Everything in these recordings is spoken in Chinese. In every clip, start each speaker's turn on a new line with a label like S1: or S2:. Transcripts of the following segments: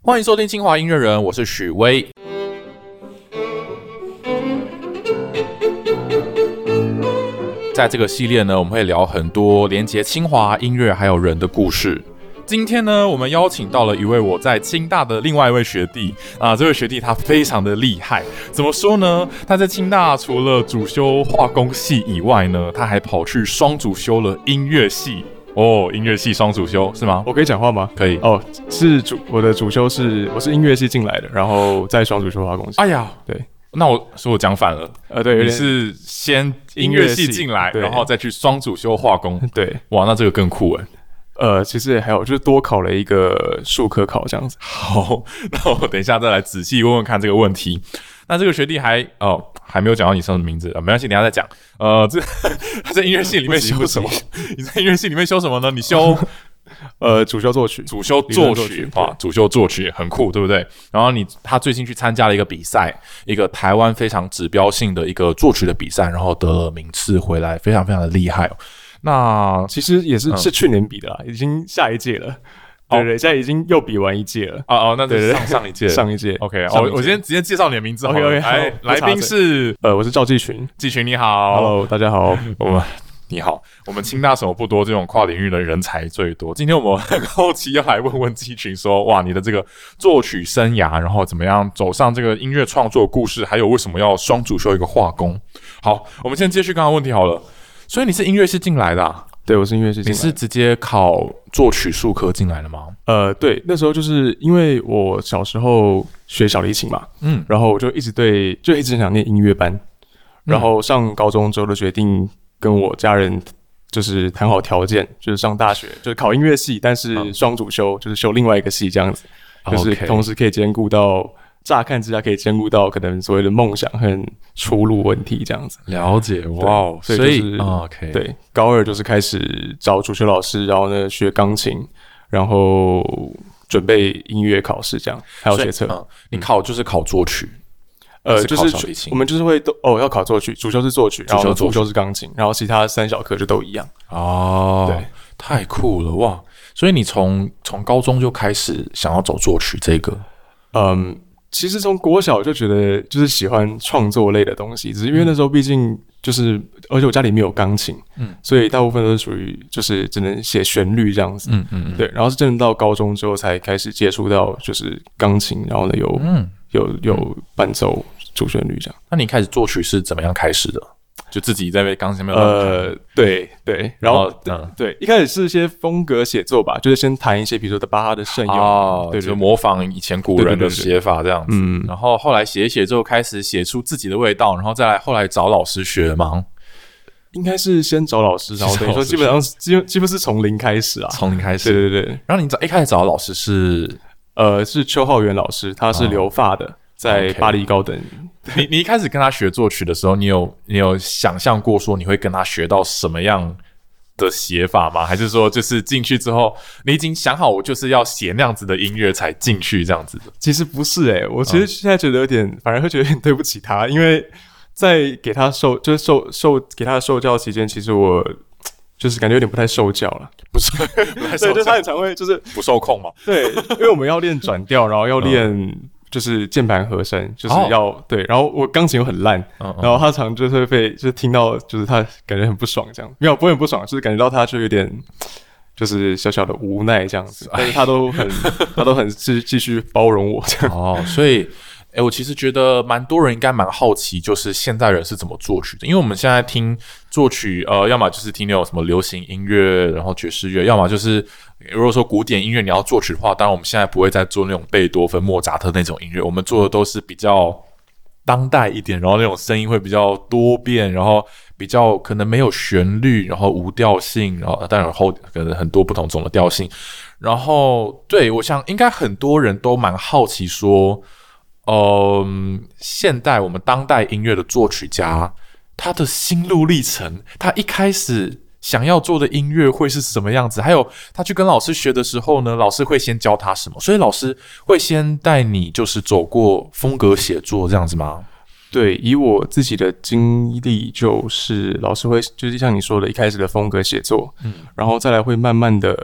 S1: 欢迎收听《清华音乐人》，我是许巍。在这个系列呢，我们会聊很多连接清华音乐还有人的故事。今天呢，我们邀请到了一位我在清大的另外一位学弟啊，这位学弟他非常的厉害。怎么说呢？他在清大除了主修化工系以外呢，他还跑去双主修了音乐系哦，音乐系双主修是吗？
S2: 我可以讲话吗？
S1: 可以。
S2: 哦，是主我的主修是我是音乐系进来的，然后在双主修化工系。
S1: 哎呀，
S2: 对，
S1: 那我说我讲反了，
S2: 呃，对，
S1: 你
S2: 有点
S1: 是先音
S2: 音
S1: 乐
S2: 乐
S1: 系
S2: 系
S1: 进来，
S2: 对
S1: 然后再去双主修化工，
S2: 对，
S1: 哇，那这个更酷哎。
S2: 呃，其实也还有就是多考了一个数科考这样子。
S1: 好， 那我等一下再来仔细问问看这个问题。那这个学弟还哦还没有讲到你上的名字啊，没关系，等一下再讲。呃，这 他在音乐系里面修什么？ 你在音乐系里面修什么呢？你修嗯
S2: 呃，主修作曲，
S1: 主修
S2: 理论
S1: 作
S2: 作
S1: 曲
S2: 曲
S1: 啊，主修作曲很酷，对不对？然后你他最近去参加了一个比赛，一个台湾非常指标性的一个作曲的比赛，然后得了名次回来，非常非常的厉害哦。那
S2: 其实也是、
S1: 嗯
S2: 是去年比的啦，已经下一届了。对对，现在已经又比完一届了，
S1: 哦哦，那
S2: 对
S1: 是
S2: 对
S1: 上上一届
S2: 上一届。
S1: OK，
S2: 上
S1: 哦
S2: 一，届
S1: 我先直接介绍你的名字好了。
S2: OK，OK，
S1: 来
S2: 好
S1: 来
S2: 不插
S1: 宾
S2: 嘴
S1: 是
S2: 呃，我是赵继群。
S1: 季群，哦你好。
S2: Hello，大家好。
S1: 我们你好，我们清大什么不多，这种跨领域的人才最多。今天我们很好奇要来问问季群说，哇，你的这个作曲生涯，然后怎么样走上这个音乐创作故事，还有为什么要双主修一个化工？好，我们先接续刚刚问题好了。所以你是音乐系进来的、啊，
S2: 对，我是音乐系进
S1: 你
S2: 来的。
S1: 是直接考作曲术科进来的吗？
S2: 呃，对，那时候就是因为我小时候学小提琴嘛，
S1: 嗯
S2: 嗯，然后我就一直对，就一直很想念音乐班，然后上高中之后就决定跟我家人就是谈好条件，就是上大学，就是考音乐系，但是双主修，就是修另外一个系这样子，就是
S1: 啊 OK
S2: 同时可以兼顾到。乍看之下可以兼顾到可能所谓的梦想和出路问题这样子，
S1: 了解，哇哦，
S2: 所以
S1: 所以
S2: 就是
S1: 啊 OK，，
S2: 对，高二就是开始找主修老师，然后呢学钢琴，然后准备音乐考试，这样还有
S1: 所以
S2: 学测。
S1: 嗯你考就是考作曲，
S2: 呃，
S1: 是
S2: 就
S1: 考小提
S2: 是
S1: 琴
S2: 我们就是会都哦要考作曲，主修是作曲，然
S1: 主
S2: 后
S1: 修作
S2: 副
S1: 曲
S2: 修是钢琴，然后其他三小课就都一样。
S1: 哦，
S2: 对，
S1: 太酷了哇！所以你从从高中就开始想要走作曲这个，
S2: 嗯，其实从国小就觉得就是喜欢创作类的东西，只是因为那时候毕竟就是，而且我家里没有钢琴，
S1: 嗯
S2: 嗯，所以大部分都是属于就是只能写旋律这样子。
S1: 嗯嗯
S2: 对，然后是真的到高中之后才开始接触到就是钢琴，然后呢有
S1: 嗯。
S2: 有有伴奏主旋律这样。
S1: 那你开始作曲是怎么样开始的？就自己在被钢琴上面乱弹，
S2: 呃，对对，然后
S1: 嗯，
S2: 对，一开始是一些风格写作吧，就是先弹一些，比如说巴哈的圣咏，啊
S1: 哦，
S2: 对
S1: 就
S2: 对，
S1: 模仿以前古人的写法这样子。
S2: 嗯
S1: 然后后来写一写之后，开始写出自己的味道，然后再来后来找老师学嘛，
S2: 应该是先找老师，然后等于说基本上基本几乎是从零开始啊。
S1: 从零开
S2: 对
S1: 始。
S2: 对对，
S1: 然后你找一开始找的老师是，
S2: 呃，是邱浩源老师，他是留发的，在
S1: 哦 OK
S2: 巴黎高等。
S1: 你你一开始跟他学作曲的时候，你有你有想象过说你会跟他学到什么样的写法吗？还是说就是进去之后，你已经想好我就是要写那样子的音乐才进去这样子的？
S2: 其实不是诶、我
S1: 啊
S2: 其实现在觉得有点，反而会觉得有点对不起他，因为在给他受就是受受给他的受教期间，其实我就是感觉有点不太受教了。
S1: 不是，
S2: 对，就是他很常会就是
S1: 不受控嘛？
S2: 对，因为我们要练转调，然后要练就是键盘和声，就
S1: 嗯
S2: 是
S1: 哦
S2: 要、对。然后我钢琴又很烂，
S1: 嗯嗯
S2: 然后他常就是会被就是听到就是他感觉很不爽这样，没有不会很不爽，就是感觉到他就有点就是小小的无奈这样子，
S1: 哎
S2: 但是他都很 他都很继继续包容我这 样。
S1: 哦，所以，哎、我其实觉得蛮多人应该蛮好奇，就是现代人是怎么作曲的，因为我们现在听作曲，呃，要么就是听那种什么流行音乐，然后爵士乐，要么就是如果说古典音乐你要作曲的话，当然我们现在不会再做那种贝多芬、莫扎特那种音乐，我们做的都是比较当代一点，然后那种声音会比较多变，然后。比较可能没有旋律，然后无调性，然后当然后可能很多不同种的调性，然后对我想应该很多人都蛮好奇说，嗯，现代我们当代音乐的作曲家，他的心路历程，他一开始想要做的音乐会是什么样子？还有他去跟老师学的时候呢，老师会先教他什么？所以老师会先带你就是走过风格写作这样子吗？
S2: 对，以我自己的经历，就是老师会就是像你说的，一开始的风格写作，嗯，然后再来会慢慢的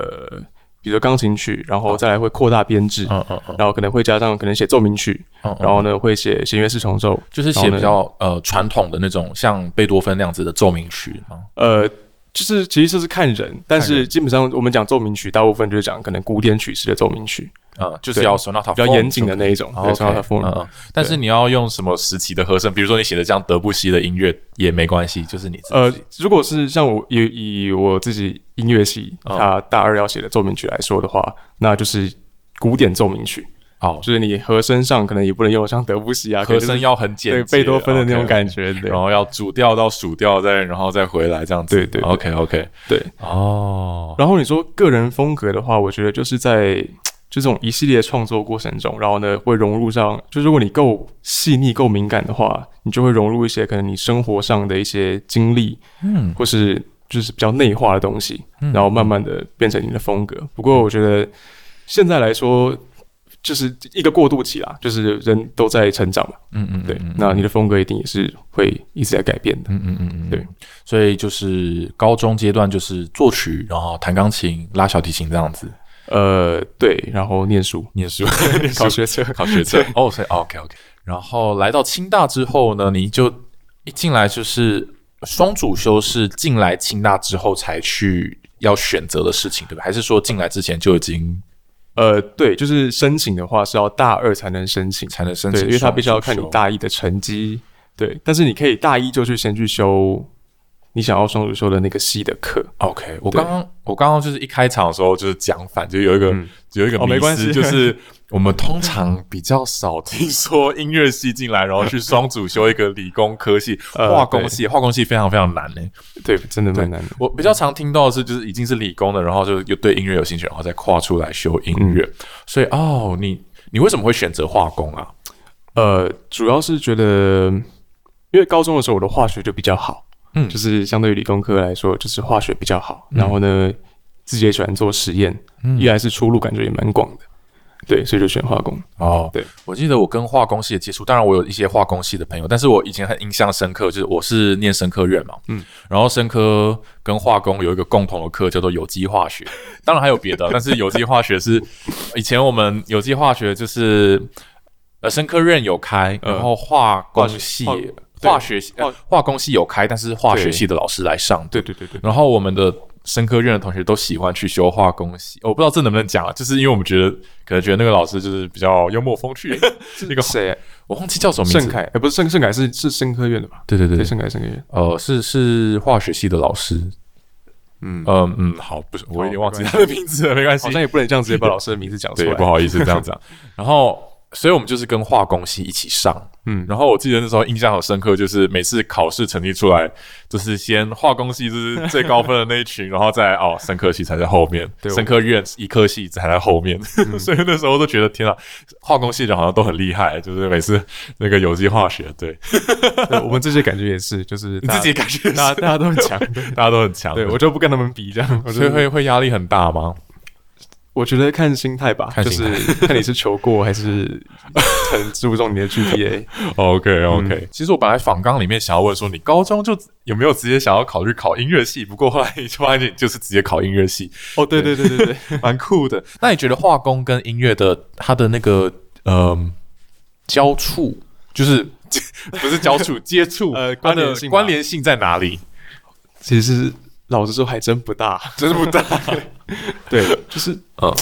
S2: 比如说钢琴曲，然
S1: 啊
S2: 后再来会扩大编制，
S1: 嗯嗯嗯，
S2: 然后可能会加上可能写奏鸣曲，
S1: 嗯嗯
S2: 然后呢会写弦乐四重奏，
S1: 就是
S2: 然
S1: 写
S2: 后呢
S1: 比较呃传统的那种，像贝多芬那样子的奏鸣曲吗？
S2: 呃，就是其实就是看人，但是基本上我们讲奏鸣曲，大部分就是讲可能古典曲式的奏鸣曲，
S1: 嗯，就是
S2: 对
S1: 要 sonata
S2: 比较严谨的那一种，
S1: 然
S2: 对
S1: 后
S2: sonata form
S1: 嗯嗯，但是你要用什么时期的和声？比如说你写的这样德布西的音乐也没关系，就是你自己
S2: 呃，如果是像我以以我自己音乐系
S1: 哦
S2: 他大二要写的奏鸣曲来说的话，那就是古典奏鸣曲，
S1: 哦，
S2: 就是你和声上可能也不能用像德布西啊，可
S1: 和
S2: 能就是
S1: 声要很简
S2: 对
S1: 洁，
S2: 贝多芬的那种
S1: OK，OK 哦
S2: 感觉，对
S1: 然后要主调到属调，再然后再回来这样子。
S2: 对对对
S1: o k OK，
S2: 对。
S1: 哦，
S2: 然后你说个人风格的话，我觉得就是在就这种一系列创作过程中，然后呢会融入上，就如果你够细腻、够敏感的话，你就会融入一些可能你生活上的一些经历，
S1: 嗯，
S2: 或是就是比较内化的东西，
S1: 嗯
S2: 然后慢慢的变成你的风格。不过我觉得现在来说。就是一个过渡期啦，就是人都在成长嘛，
S1: 嗯嗯，
S2: 对，
S1: 嗯
S2: 那你的风格一定也是会一直在改变的，
S1: 嗯嗯嗯嗯，
S2: 对。
S1: 所以就是高中阶段就是作曲，然后弹钢琴、拉小提琴这样子，
S2: 呃，对，然后念书，
S1: 念书、
S2: 考学车，
S1: 考学测。哦，所以 OK OK。然后来到清大之后呢，你就一进来就是双主修，是进来清大之后才去要选择的事情，对吧？还是说进来之前就已经
S2: 呃，对，就是申请的话是要大二才能申请，
S1: 才能申
S2: 对，
S1: 请双主修？
S2: 因为他必须要看你大一的成绩，对。但是你可以大一就去先去修你想要双主修的那个系的课，
S1: OK，我
S2: 对
S1: 刚刚我刚刚就是一开场的时候就是讲反，就有一个、
S2: 嗯
S1: 有一个
S2: 哦没
S1: 迷
S2: 关
S1: 思，
S2: 系
S1: 就是我们通常比较少听说音乐系进来，然后去双主修一个理工科系、
S2: 呃
S1: 化工系，化工系非常非常难欸呢、
S2: 对，真的蛮难的。
S1: 我比较常听到的是，就是已经是理工的，然后就又对音乐有兴趣，然后再跨出来修音乐。所以哦，你你为什么会选择化工啊？
S2: 呃，主要是觉得，因为高中的时候我的化学就比较好，
S1: 嗯
S2: 就是相对于理工科来说，就是化学比较好。然后呢，自己也喜欢做实验，一来是出路感觉也蛮广的，对，所以就选化工。
S1: 哦，
S2: 对，
S1: 我记得我跟化工系的接触，当然我有一些化工系的朋友，但是我以前很印象深刻，就是我是念生科院嘛，嗯，然后生科跟化工有一个共同的课叫做有机化学，当然还有别的，但是有机化学是以前我们有机化学就是呃生科院有开，
S2: 嗯
S1: 然后化工系
S2: 化学、
S1: 化学系、
S2: 化
S1: 呃化工系有开，但是化学系的老师来上，
S2: 对对对对，
S1: 然后我们的生科院的同学都喜欢去修化工系，哦我不知道这能不能讲啊，就是因为我们觉得可能觉得那个老师就是比较幽默风 趣，是一个
S2: 谁啊？
S1: 我忘记叫什么名
S2: 盛
S1: 字，
S2: 凯？哎、不是盛盛凯是是生科院的吧？
S1: 对对对
S2: 对，，盛凯盛科院。
S1: 呃，是是化学系的老师，
S2: 嗯，
S1: 嗯嗯，好，不是，我已经忘记他的名字了，没关系
S2: 好，像也不能这样直接把老师的名字讲出
S1: 对，
S2: 来。
S1: 不好意思这样讲，然后。所以我们就是跟化工系一起上，
S2: 嗯
S1: 然后我记得那时候印象很深刻，就是每次考试成绩出来，就是先化工系就是最高分的那一群， 然后再哦，生科系才在后面，
S2: 对我嗯
S1: 生科院医科系才在后面，所以那时候都觉得天啊，化工系的好像都很厉害，就是每次那个有机化学，对
S2: 对，我们这些感觉也是，就是
S1: 你自
S2: 大家
S1: 己也感觉
S2: 大家大家都很强。
S1: 大家都很强，
S2: 对我就不跟他们比这样，我
S1: 所以
S2: 就
S1: 会会压力很大吗？
S2: 我觉得看心态吧，
S1: 看
S2: 就
S1: 心
S2: 是
S1: 态
S2: 看你是求过还是很注重你的 GPA。
S1: OK OK，、其嗯实我本来访纲里面想要问说，你高中就有没有直接想要考虑考音乐系？不过后来你就发现你就是直接考音乐 系，
S2: 哦，对对对对对，
S1: 蛮酷的。那你觉得化工跟音乐的它的那个呃交触，就是 不是交触接触，
S2: 呃
S1: 它
S2: 关
S1: 的
S2: 联性吧
S1: 关联性在哪里？
S2: 其实老实说还真不大。
S1: 真的不大。
S2: 对，就是
S1: 嗯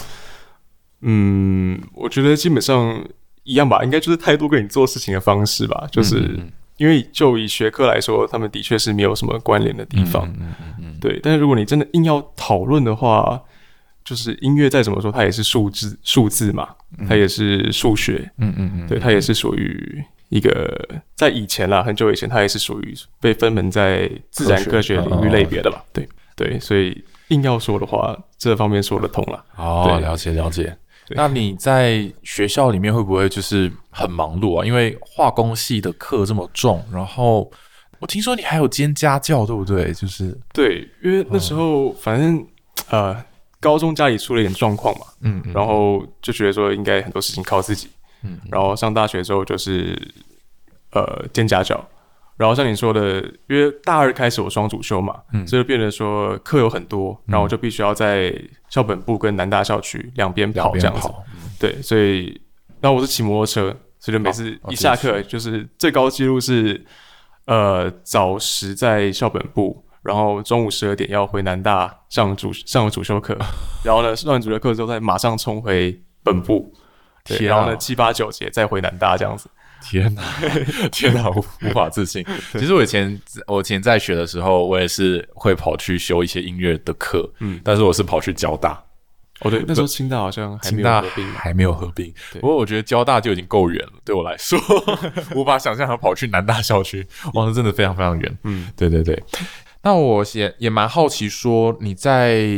S2: 嗯，我觉得基本上一样吧，应该就是态度跟你做事情的方式
S1: 嗯
S2: 吧，就是。因为就以学科来说，他们的确是没有什么关联的地方。
S1: 嗯嗯嗯，
S2: 对，但是如果你真的硬要讨论的话，就是音乐再怎么说，它也是数字数字嘛，它也是数学，
S1: 嗯嗯嗯，
S2: 对，它也是属于一个在以前啦，很久以前，它也是属于被分门在自然科学领域类别的吧？对对，所以硬要说的话，这方面说得通啦。
S1: 哦，
S2: 对
S1: 了解了解。
S2: 对
S1: 那你在学校里面会不会就是很忙碌啊？因为化工系的课这么重，然后我听说你还有兼家教，对不对？就是
S2: 对，因为那时
S1: 哦
S2: 候反正呃，高中家里出了一点状况嘛，
S1: 嗯嗯
S2: 然后就觉得说应该很多事情靠自己，
S1: 嗯
S2: 然后上大学之后就是呃兼家教，然后像你说的，因为大二开始我双主修嘛，
S1: 嗯
S2: 所以就变得说课有很多，然后我就必须要在校本部跟南大校区两边
S1: 两
S2: 跑这
S1: 边
S2: 样子。
S1: 跑，
S2: 对，所以然后我是骑摩托车，所以就每次
S1: 哦
S2: 一下课就是最高纪录是呃早十在校本部，然后中午十二点要回南大上主上主修课，然后呢上完主修课之后再马上冲回本部。对，
S1: 天啊
S2: 然后呢，七八九节再回南大这样子，
S1: 天 哪，天哪，无无法置信。其实我以前我以前在学的时候，我也是会跑去修一些音乐的课，嗯
S2: 嗯，
S1: 但是我是跑去交大，
S2: 哦对，那时候清大好像还没
S1: 清
S2: 有
S1: 大
S2: 合并嘛，
S1: 还没有合并。
S2: 对
S1: 不过我觉得交大就已经够远了，对我来说，无法想象还跑去南大校 区，哇，那真的非常非常远。
S2: 嗯，
S1: 对对对。那我也也蛮好奇，说你在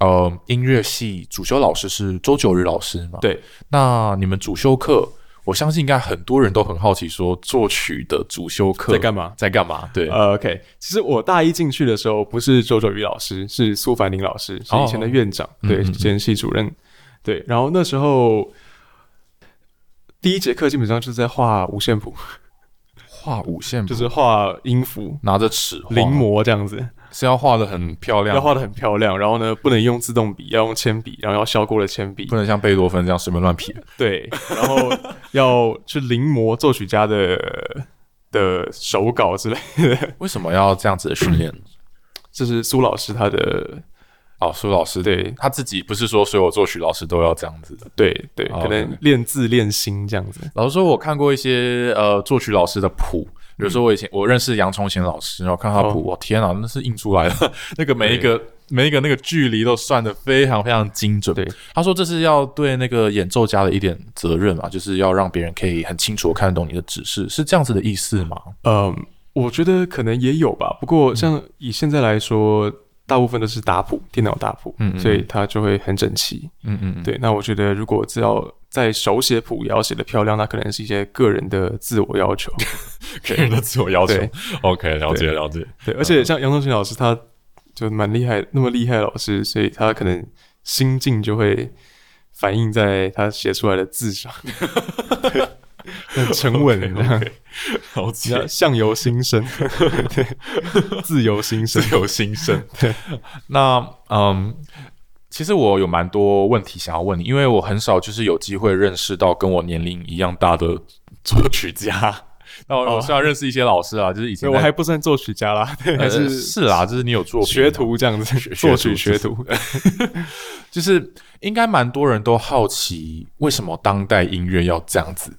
S1: 呃音乐系主修老师是周九日老师嘛？
S2: 对，
S1: 那你们主修课，我相信应该很多人都很好奇，说作曲的主修课
S2: 在干嘛
S1: 在干嘛？对，
S2: 呃，OK，其实我大一进去的时候不是周九宇老师，是苏凡林老师，是以前的院长，
S1: 嗯
S2: 对，
S1: 嗯嗯
S2: 以前系主任，对。然后那时候第一节课基本上就是在画五线谱，
S1: 画五线谱，
S2: 就是画音符、
S1: 拿着尺画
S2: 临摹这样子，
S1: 是要画的很漂亮，
S2: 要画的很漂亮。然后呢，不能用自动笔，要用铅笔，然后要削过的铅笔
S1: 不，能像贝多芬这样随便乱撇。
S2: 对。然后要去临摹作曲家的的手稿之类，
S1: 为什么要这样子的训练？
S2: 这是苏老师他的
S1: 哦，苏老师
S2: 对
S1: 他自己不是说所有作曲老师都要这样子的。
S2: 对对，
S1: 哦
S2: 可能
S1: OK
S2: 练字练心这样子。
S1: 老实说，我看过一些呃作曲老师的谱，比如说我以前我认识杨崇贤老师，然后看他的谱，我、天啊，那是印出来的， 那个每一个每一个那个距离都算的非常非常精准。
S2: 对，
S1: 他说这是要对那个演奏家的一点责任嘛，就是要让别人可以很清楚地看得懂你的指示，是这样子的意思吗？
S2: 嗯，我觉得可能也有吧。不过像以现在来说，大部分都是打谱，电脑打谱，
S1: 嗯嗯嗯
S2: 所以它就会很整齐。
S1: 嗯嗯， 嗯，
S2: 对，那我觉得如果只要在手写谱也要写得漂亮，那可能是一些个人的自我 要求。
S1: 个人的自我要求
S2: 对。
S1: OK，了解
S2: 对
S1: 了解。
S2: 对，而且像杨宗宪老师，他就蛮厉害，那么厉害的老师，所以他可能心境就会反映在他写出来的字 上。很沉稳
S1: OK，OK
S2: 这样
S1: 了
S2: 你要
S1: 解，
S2: 相由心 生，对，自由心生
S1: 自。由心生。那嗯，其实我有蛮多问题想要问你，因为我很少就是有机会认识到跟我年龄一样大的作曲家。 那我
S2: 哦
S1: 我虽然认识一些老师啊，就是以前
S2: 对，我
S1: 在
S2: 还不算作曲家啦，对，还
S1: 呃
S2: 是
S1: 是啦，就是你有作品
S2: 学
S1: 嘛，
S2: 徒这样子，
S1: 学
S2: 作曲
S1: 学
S2: 学
S1: 徒
S2: 徒。
S1: 就是应该蛮多人都好奇，为什么当代音乐要这样子？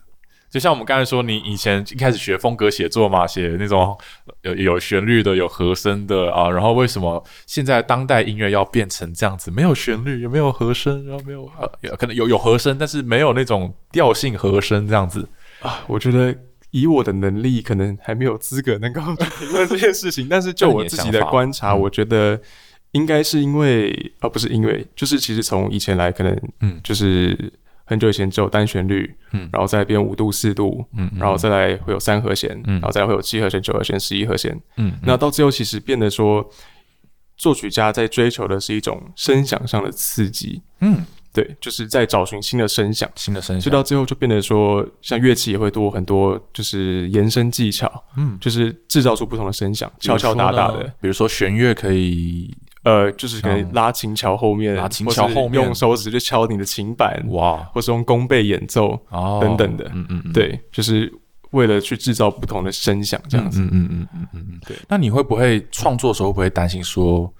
S1: 就像我们刚才说，你以前一开始学风格写作嘛，写那种有有旋律的、有和声的啊，然后为什么现在当代音乐要变成这样子？没有旋律，也没有和声，然后没有呃，有可能有有和声，但是没有那种调性和声这样子。
S2: 啊，我觉得以我的能力，可能还没有资格能够 评论这件事情。但是就我自己的嗯观察，我觉得应该是因为，啊，不是因为，就是其实从以前来，可能
S1: 嗯
S2: 就是很久以前只有单旋律，
S1: 嗯
S2: 然后再变五度、四度，
S1: 嗯嗯
S2: 然后再来会有三和弦，
S1: 嗯
S2: 然后再来会有七和弦、九和弦、十一和弦。
S1: 嗯
S2: 那到最后，其实变得说，作曲家在追求的是一种声响上的刺激。
S1: 嗯，
S2: 对，就是在找寻新的声响，
S1: 新的声
S2: 所以
S1: 响，
S2: 到最后就变得说，像乐器也会多很多，就是延伸技巧，
S1: 嗯，
S2: 就是制造出不同的声响，敲敲打
S1: 比
S2: 打
S1: 如说
S2: 的
S1: 呢，，比如说弦乐可以，
S2: 呃，就是可
S1: 像
S2: 能拉琴桥后面，
S1: 拉琴桥后面
S2: 或是用手指去敲你的琴板，
S1: 哇
S2: 或是用弓背演奏，
S1: 哦
S2: 等等的
S1: 嗯嗯嗯，
S2: 对，就是为了去制造不同的声响这样子。
S1: 嗯嗯嗯嗯嗯嗯，对。那你会不会创作的时候会不会担心说，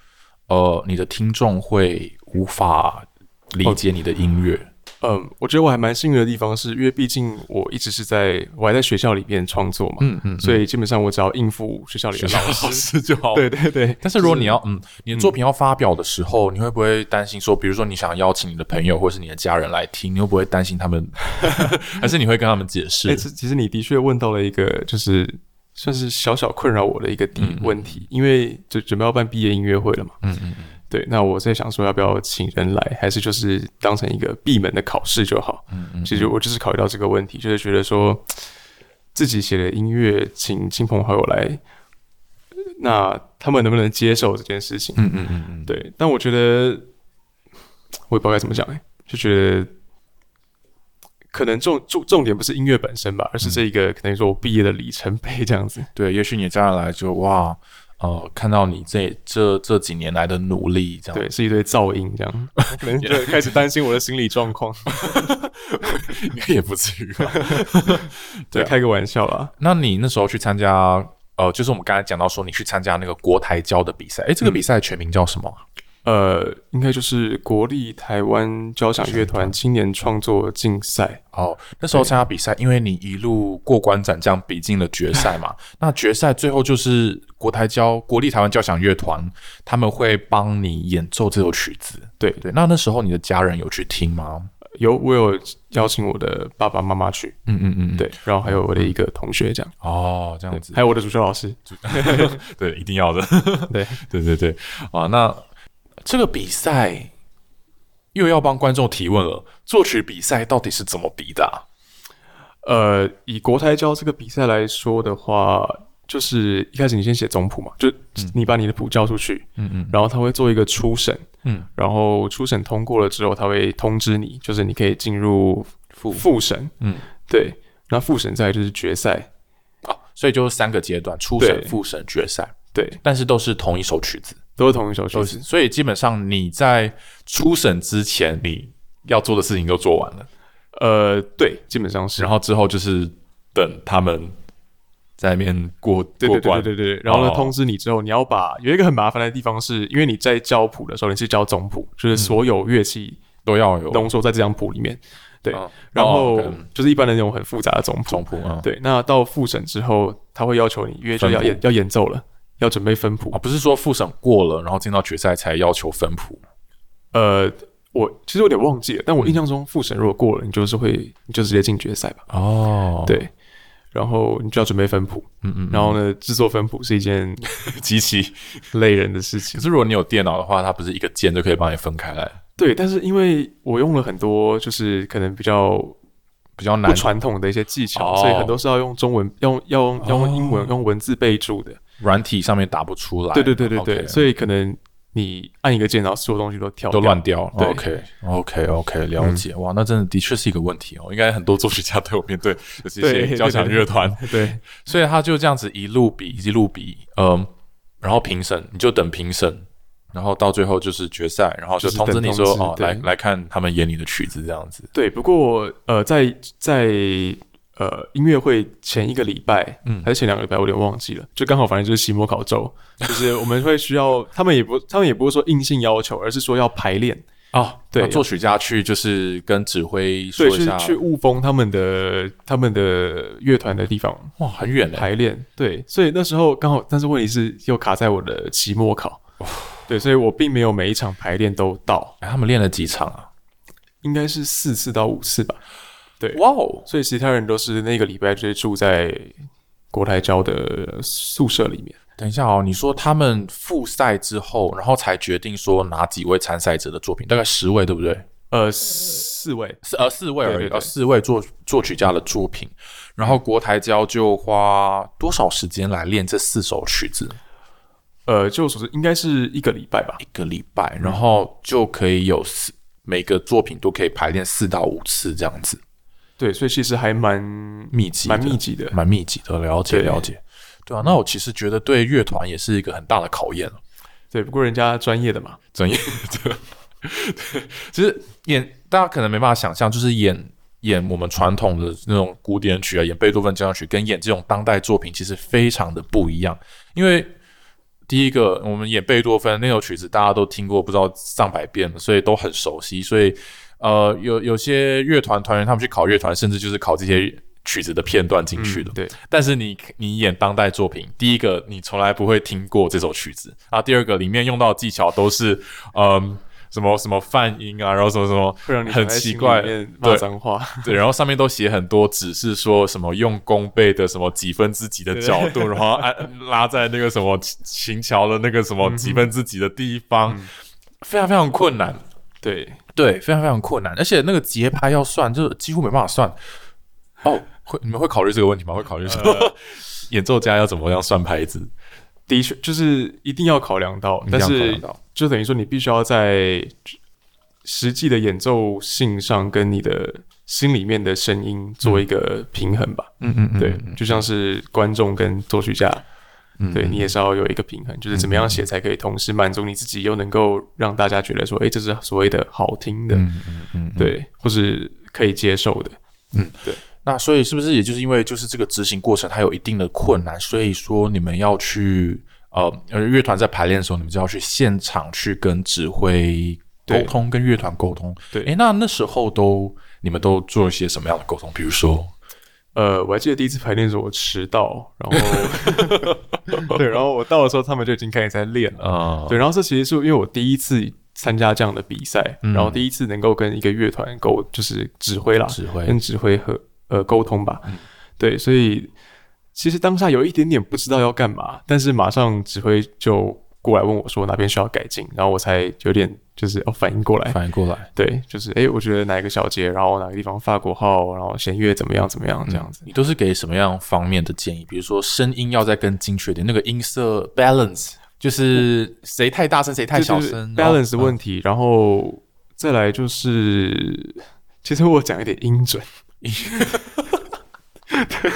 S1: 呃，你的听众会无法理解你的音乐？
S2: 嗯，我觉得我还蛮幸运的地方是，因为毕竟我一直是在我还在学校里面创作嘛，
S1: 嗯嗯
S2: 所以基本上我只要应付学校里的
S1: 学校
S2: 老师。
S1: 老师就好。
S2: 对。对对，
S1: 但是如果你要嗯，你的作品要发表的时候，你会不会担心说，比如说你想邀请你的朋友或是你的家人来听，你会不会担心他 们？还是你会跟他们解释？
S2: 哎，其其实你的确问到了一个就是算是小小困扰我的一个
S1: 嗯
S2: 底
S1: 嗯
S2: 问题，因为就准备要办毕业音乐会了嘛。
S1: 嗯嗯嗯
S2: 对，那我在想说要不要请人来，还是就是当成一个闭门的考试就好。
S1: 嗯嗯，
S2: 其实我就是考虑到这个问题，就是觉得说自己写的音乐，请亲朋好友来，那他们能不能接受这件事情？
S1: 嗯嗯嗯嗯，
S2: 对，但我觉得我也不知道该怎么讲、欸，就觉得可能重重重点不是音乐本身吧，
S1: 嗯
S2: 而是这一个可能说我毕业的里程碑这样子。
S1: 对，也许你的家人来就哇，呃，看到你这这这几年来的努力，这样
S2: 对，是一堆噪音这样，可能就开始担心我的心理 状况。
S1: 应 该也不至于吧。对
S2: 对，
S1: 啊
S2: 开个玩笑啦。
S1: 那你那时候去参加，呃，就是我们刚才讲到说你去参加那个国台交的比赛，诶，这个比赛全名叫什么啊？
S2: 呃，应该就是国立台湾交响乐团青年创作竞赛。
S1: 哦，那时候参加比赛，因为你一路过关斩将，比进了决赛 嘛。那决赛最后就是国台交国立台湾交响乐团，他们会帮你演奏这首曲子。
S2: 对
S1: 对，那那时候你的家人有去听吗？
S2: 有我有邀请我的爸爸妈妈去，
S1: 嗯嗯嗯，
S2: 对，然后还有我的一个同学这样，
S1: 哦，这样子
S2: 还，有我的主修老师，
S1: 对，一定要的，
S2: 对，
S1: 对对对，啊，那这个比赛又要帮观众提问了，作曲比赛到底是怎么比的啊、
S2: 呃，以国台交这个比赛来说的话，就是一开始你先写总谱嘛，就你把你的谱交出去，
S1: 嗯嗯
S2: 然后他会做一个初审，
S1: 嗯，
S2: 然后初审通过了之后，他会通知你，就是你可以进入复复审，
S1: 嗯，
S2: 对，那复审再来就是决赛，
S1: 啊，所以就是三个阶段：初审、
S2: 对
S1: 复审、决赛，
S2: 对，
S1: 但是都是同一首曲子。
S2: 都是同一首曲
S1: 都
S2: 子
S1: 是，，所以基本上你在初审之前，你要做的事情都做完了，
S2: 呃，对，基本上是，
S1: 然后之后就是等他们在那边过
S2: 对
S1: 过
S2: 对对
S1: 关，
S2: 对对对，然后呢
S1: 哦，
S2: 通知你之后，你要把有一个很麻烦的地方是，因为你在教谱的时候，你是教总谱，
S1: 嗯
S2: 就是所有乐器
S1: 都要有
S2: 浓缩在这张谱里面。对
S1: 哦，
S2: 然后
S1: 哦，OK
S2: 就是一般的那种很复杂的总
S1: 总
S2: 谱。
S1: 谱啊，
S2: 对，那到复审之后，他会要求你乐就要
S1: 分谱
S2: 演要演奏了，要准备分谱
S1: 啊，。不是说复审过了，然后进到决赛才要求分谱
S2: 呃，我其实有点忘记了，
S1: 嗯
S2: 但我印象中复审如果过了，你就是会你就直接进决赛吧。
S1: 哦，
S2: 对，然后你就要准备分谱，
S1: 嗯嗯，
S2: 然后呢，制作分谱是一件
S1: 机器。
S2: 累人的事情
S1: 可。是如果你有电脑的话，它不是一个键就可以帮你分开来，
S2: 对，但是因为我用了很多就是可能比较
S1: 比较
S2: 不
S1: 难。
S2: 传统的一些技巧，
S1: 哦
S2: 所以很多是要用中文，要用要用要用英文、
S1: 哦
S2: 用文字备注的。
S1: 软体上面打不出来，
S2: 对对对对对
S1: OK
S2: 所以可能你按一个键，然后所有东西都跳
S1: 都
S2: 掉
S1: 乱掉。
S2: 对嗯
S1: OK OK OK，了解。哇，那真的的确是一个问题哦，应该很多作曲家都有 面对，尤其
S2: 对
S1: 是交响乐团。
S2: 对
S1: 所以他就这样子一路比一路比，嗯，然后评审你就等评审，然后到最后就是决赛，然后就
S2: 就是
S1: 通知你说
S2: 等通知
S1: 哦，
S2: 对
S1: 来来看他们演你的曲子这样子。
S2: 对。不过呃，在在呃音乐会前一个礼拜，
S1: 嗯
S2: 还是前两个礼拜，我有点忘记了，就刚好反正就是期末考周，就是我们会需要，他们也不他们也不是说硬性要求，而是说要排练。
S1: 哦，
S2: 对
S1: 那作曲家去就是跟指挥说一
S2: 对，去
S1: 下，
S2: 去雾峰他们的他们的乐团的地方
S1: 哇，很远嘞，
S2: 排练，对，所以那时候刚好，但是问题是又卡在我的期末考，
S1: 哦
S2: 对，所以我并没有每一场排练都到，
S1: 哎他们练了几场啊？
S2: 应该是四次到五次吧，对
S1: 哇哦，
S2: 所以其他人都是那个礼拜就是住在国台交的宿舍里面，
S1: 等一下哦，你说他们复赛之后，然后才决定说哪几位参赛者的作品，大概十位对不对？
S2: 呃，四位，
S1: 四呃四位而已，
S2: 对对对
S1: 呃四位作作曲家的作品，然后国台交就花多少时间来练这四首曲子？
S2: 呃，就所知应该是一个礼拜吧，
S1: 一个礼拜，然后就可以有四每个作品都可以排练四到五次这样子，
S2: 对，所以其实还蛮
S1: 密集的
S2: 蛮密集的，
S1: 蛮密集的，了解
S2: 对
S1: 了解。对啊，那我其实觉得对乐团也是一个很大的考验哦
S2: 对，不过人家专业的嘛，
S1: 专业对， 其实演大家可能没办法想象，就是演演我们传统的那种古典曲啊，演贝多芬交响曲，跟演这种当代作品其实非常的不一样。因为第一个，我们演贝多芬那首曲子，大家都听过不知道上百遍了，所以都很熟悉。所以呃，有有些乐团团员他们去考乐团，甚至就是考这些曲子的片段进去的。
S2: 对，
S1: 但是你你演当代作品，第一个你从来不会听过这首曲子啊，第二个里面用到的技巧都是嗯什么什么泛音啊，然后什么什么
S2: 会让你
S1: 很
S2: 躺在
S1: 奇
S2: 心里
S1: 怪，
S2: 面骂
S1: 对
S2: 脏话，
S1: 对，然后上面都写很多指示，说什么用弓背的什么几分之几的角度，然后按拉在那个什么琴琴桥的那个
S2: 嗯
S1: 什么几分之几的地方，非常非常困难。
S2: 对，
S1: 对，非常非常困难，而且那个节拍要算，就是几乎没办法算。哦，呃会你们会考虑这个问题吗？会考虑什么？ 演奏家要怎么样算拍子？
S2: 的确就是一定要考量到，但
S1: 一定要考
S2: 是
S1: 量到
S2: 就等于说你必须要在实际的演奏性上跟你的心里面的声音做一个平衡吧。
S1: 嗯嗯嗯嗯
S2: 对，就像是观众跟作曲家，对你也是要有一个平衡，就是怎么样写才可以同时满足你自己，又能够让大家觉得说，诶，这是所谓的好听的，
S1: 嗯嗯嗯，
S2: 对，或是可以接受的。
S1: 那所以是不是也就是因为就是这个执行过程它有一定的困难，所以说你们要去呃呃乐团在排练的时候，你们就要去现场去跟指挥沟
S2: 对
S1: 通，跟乐团沟通。
S2: 对
S1: 诶，那那时候都你们都做一些什么样的沟通？比如说，
S2: 呃，我还记得第一次排练的时候我迟到，然后 哦对，然后我到的时候他们就已经开始在练了。
S1: 呃，
S2: 对，然后这其实是因为我第一次参加这样的比赛，然后第一次能够跟一个乐团沟，就是指挥啦，
S1: 指挥
S2: 跟指挥和呃沟通吧。对，所以其实当下有一点点不知道要干嘛，但是马上指挥就过来问我说哪边需要改进，然后我才有点就是哦反应过来，
S1: 反应过来，
S2: 对，就是诶，我觉得哪一个小节，然后哪个地方法国号，然后弦乐怎么样怎么样这样子。
S1: 你都是给什么样方面的建议？比如说声音要再更精确一点，那个音色 balance 就是谁太大声谁太小
S2: 就是
S1: 声嗯
S2: balance 的
S1: 然后
S2: 问题，然后再来就是，其实我讲一点 音准，对，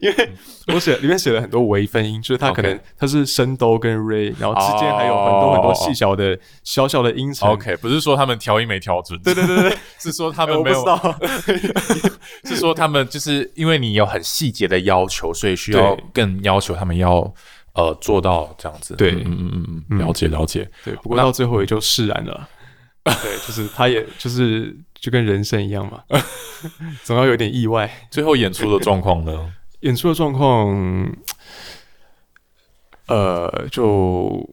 S2: 因为我写里面写了很多微分音，就是它
S1: OK
S2: 可能它是升哆跟 re，然后之间还有很多很多细小的小小的音程。
S1: OK，不是说他们调音没调准，对对对对， 是说他们
S2: 哎我
S1: 没
S2: 不知
S1: 有
S2: 道，
S1: 是说他们就是因为你有很细节的要求，所以需要
S2: 对
S1: 更要求他们要呃做到这样子。
S2: 对
S1: 嗯嗯嗯嗯，了解了解。
S2: 对， 不过到最后也就释然 了。对，就是他也就是就跟人生一样嘛， 总要有点意外。
S1: 最后演出的状况呢？
S2: 演出的状况，呃，就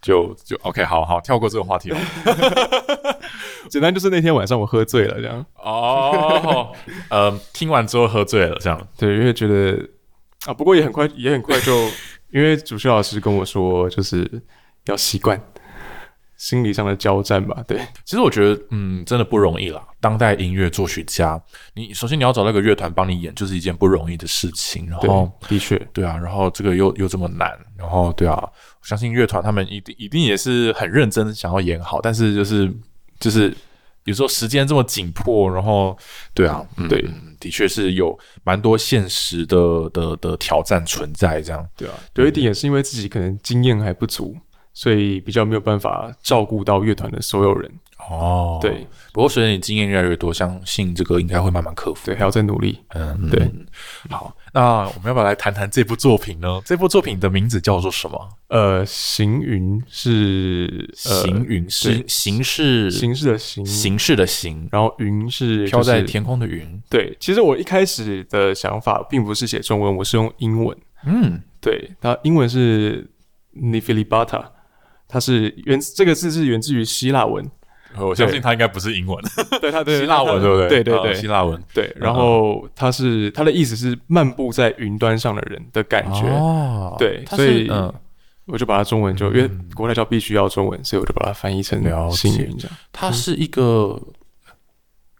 S1: 就就 OK，好好跳过这个话题了。
S2: 简单就是那天晚上我喝醉了，这样
S1: 哦，呃，听完之后喝醉了，这样
S2: 对，因为觉得啊，不过也很快，也很快 就，因为主持老师跟我说，就是要习惯心理上的交战吧，对，
S1: 其实我觉得，嗯，真的不容易啦。当代音乐作曲家，你首先你要找到一个乐团帮你演，就是一件不容易的事情。然
S2: 对，
S1: 后，
S2: 的确，
S1: 对啊，然后这个又又这么难，然后对啊，我相信乐团他们一定一定也是很认真想要演好，但是就是就是有时候时间这么紧迫，然后对啊，嗯、
S2: 对
S1: 嗯的确是有蛮多现实的的的挑战存在，这样
S2: 对啊，有一点也是因为自己可能经验还不足，所以比较没有办法照顾到乐团的所有人，
S1: 哦
S2: 对。
S1: 不过随着你经验越来越多，相信这个应该会慢慢克服。
S2: 对，还要再努力。
S1: 嗯，
S2: 对
S1: 嗯。好，那我们要不要来谈谈这部作品呢？这部作品的名字叫做什么？
S2: 呃，行云是呃
S1: 行云是形式
S2: 形式的形，
S1: 形式的形，
S2: 然后云是
S1: 飘在
S2: 就是
S1: 天空的云。
S2: 对，其实我一开始的想法并不是写中文，我是用英文。
S1: 嗯，
S2: 对，它英文是 Nifilibata，它是源这个字是源自于希腊 文，
S1: 我相信它应该不是英文，
S2: 对，它对
S1: 希腊文对不对？
S2: 对对
S1: 嗯
S2: 对、
S1: 希腊啊文
S2: 对。然后它是它的意思是漫步在云端上的人的感觉，
S1: 哦
S2: 对
S1: 它
S2: 所
S1: 是
S2: 以
S1: 嗯，
S2: 我就把它中文就因为国外教必须要中文，所以我就把它翻译成
S1: 了解
S2: 星云这样。
S1: 它是一个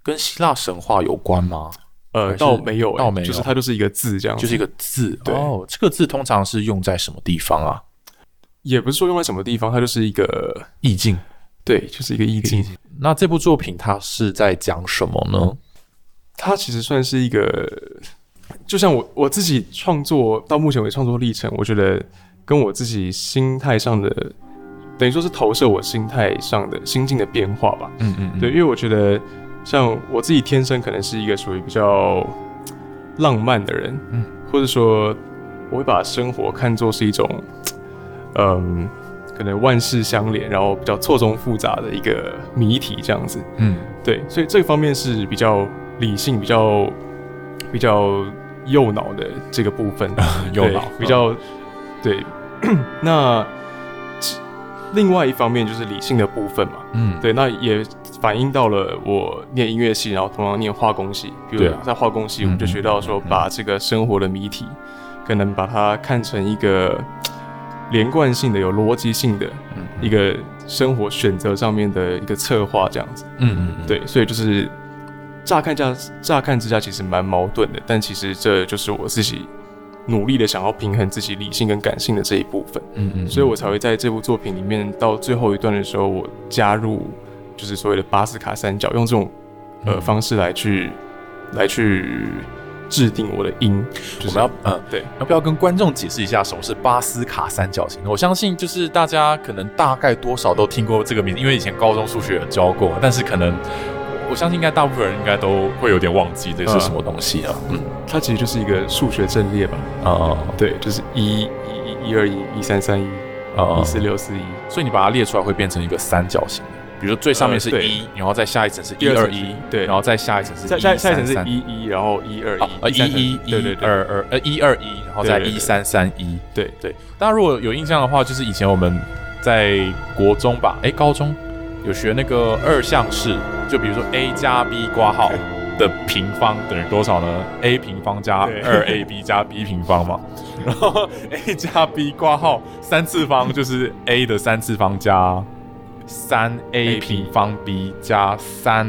S1: 跟希腊神话有关吗？还
S2: 呃，
S1: 是
S2: 倒没有、欸，
S1: 倒没有
S2: 就是它就是一个字这样子，
S1: 就是一个字
S2: 对
S1: 哦，这个字通常是用在什么地方啊？
S2: 也不是说用在什么地方，它就是一个
S1: 意境。
S2: 对，就是一个意境。
S1: 那这部作品它是在讲什么呢？
S2: 它其实算是一个，就像我我自己创作到目前为止创作历程，我觉得跟我自己心态上的，等于说是投射我心态上的心境的变化吧。
S1: 嗯嗯
S2: 对，因为我觉得像我自己天生可能是一个属于比较浪漫的人，
S1: 嗯，
S2: 或者说我会把生活看作是一种，嗯，可能万事相连，然后比较错综复杂的一个谜题这样子。
S1: 嗯，
S2: 对，所以这方面是比较理性、比较比较右脑的这个部分，
S1: 啊右
S2: 对
S1: 脑嗯
S2: 比较对。那其另外一方面就是理性的部分嘛，
S1: 嗯
S2: 对，那也反映到了我念音乐系，然后同样念化工系，比如
S1: 对啊
S2: 在化工系，
S1: 嗯
S2: 我们就学到说，把这个生活的谜题，可能把它看成一个连贯性的、有逻辑性的
S1: 嗯
S2: 一个生活选择上面的一个策划，这样子。
S1: 嗯嗯嗯，
S2: 对，所以就是乍看下乍看之下其实蛮矛盾的，但其实这就是我自己努力的想要平衡自己理性跟感性的这一部分，
S1: 嗯嗯，
S2: 所以我才会在这部作品里面到最后一段的时候，我加入就是所谓的巴斯卡三角，用这种
S1: 嗯
S2: 呃方式来去来去制定我的音。就是、
S1: 我们要嗯
S2: 对
S1: 要不要跟观众解释一下什么是巴斯卡三角形呢？我相信就是大家可能大概多少都听过这个名字，因为以前高中数学有教过，但是可能我相信应该大部分人应该都会有点忘记这是什么东西啊。嗯
S2: 它其实就是一个数学阵列吧？
S1: 啊
S2: 对，就是一一一一二一一三三一
S1: 啊
S2: 一四六四一，
S1: 所以你把它列出来会变成一个三角形的，比如说最上面是
S2: 呃对
S1: 一、然后再下一层是一
S2: 第二
S1: 二
S2: 层
S1: 一，
S2: 对
S1: 然后再下一层是
S2: 下下下一层是
S1: 133
S2: 一一，然后一二
S1: 啊呃
S2: 一，
S1: 一一
S2: 对
S1: 一
S2: 对对
S1: 二二呃一二一，然后再
S2: 对对
S1: 一
S2: 对
S1: 三三一。
S2: 对
S1: 对，大家如果有印象的话，就是以前我们在国中吧，哎，高中有学那个二项式，就比如说 a 加 b 括号的平方等于多少呢？a 平方加
S2: 对
S1: 二 ab 加 b 平方嘛，然后 a 加 b 括号三次方就是 a 的三次方加三 a 平方 b 加三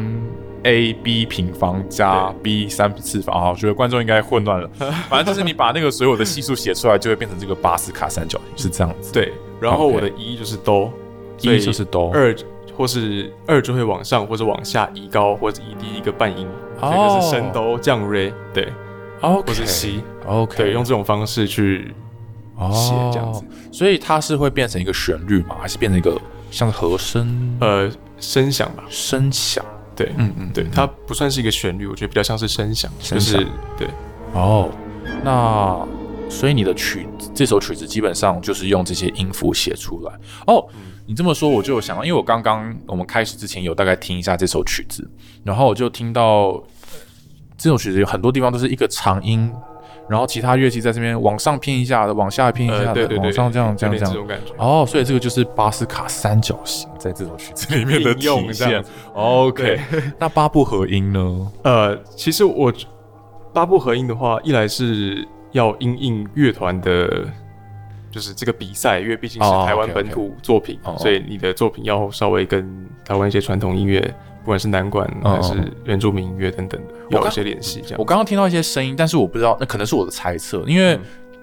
S1: a b 平方加 b 三次方啊，我觉得观众应该混乱了。 反正就是你把那个所有的系数写出来，就会变成这个巴斯卡三角形，是这样子。
S2: 对，然后
S1: OK
S2: 我的一就是哆，所
S1: 一
S2: 以
S1: 就是哆，
S2: 二或是二就会往上或者往下移高，或者移低一个半音，
S1: 哦
S2: 所以就是升哆降 re，对，
S1: o k
S2: 或是西，
S1: 哦 OK，
S2: 对，用这种方式去写这样子
S1: 哦，所以它是会变成一个旋律嘛，还是变成一个像和声
S2: 呃声响吧，
S1: 声响？
S2: 对，
S1: 嗯嗯，
S2: 对，它不算是一个旋律，我觉得比较像是声响，
S1: 声
S2: 就
S1: 响
S2: 是对，
S1: 哦，那所以你的曲这首曲子基本上就是用这些音符写出来。哦，你这么说我就有想到，因为我刚刚我们开始之前有大概听一下这首曲子，然后我就听到呃这首曲子有很多地方都是一个长音。然后其他乐器在这边往上偏一下，往下偏一下，
S2: 呃，对对对，
S1: 往上这样这
S2: 有
S1: 样
S2: 点
S1: 这
S2: 这
S1: 样。
S2: 种感觉。
S1: 哦，所以这个就是巴斯卡三角形在这首曲子里面的
S2: 应用
S1: 体
S2: 这
S1: 现
S2: 样子。
S1: OK，那八部合音呢？
S2: 呃，其实我八部合音的话，一来是要因应乐团的，就是这个比赛，因为毕竟是
S1: 哦
S2: 台湾
S1: OK，OK
S2: 本土作品，
S1: 哦哦
S2: 所以你的作品要稍微跟台湾一些传统音乐，不管是南管
S1: 哦哦
S2: 还是原住民音乐等等的，
S1: 我
S2: 要有
S1: 刚
S2: 一些联系。这
S1: 我
S2: 样，
S1: 刚刚听到一些声音，但是我不知道，那可能是我的猜测，因为、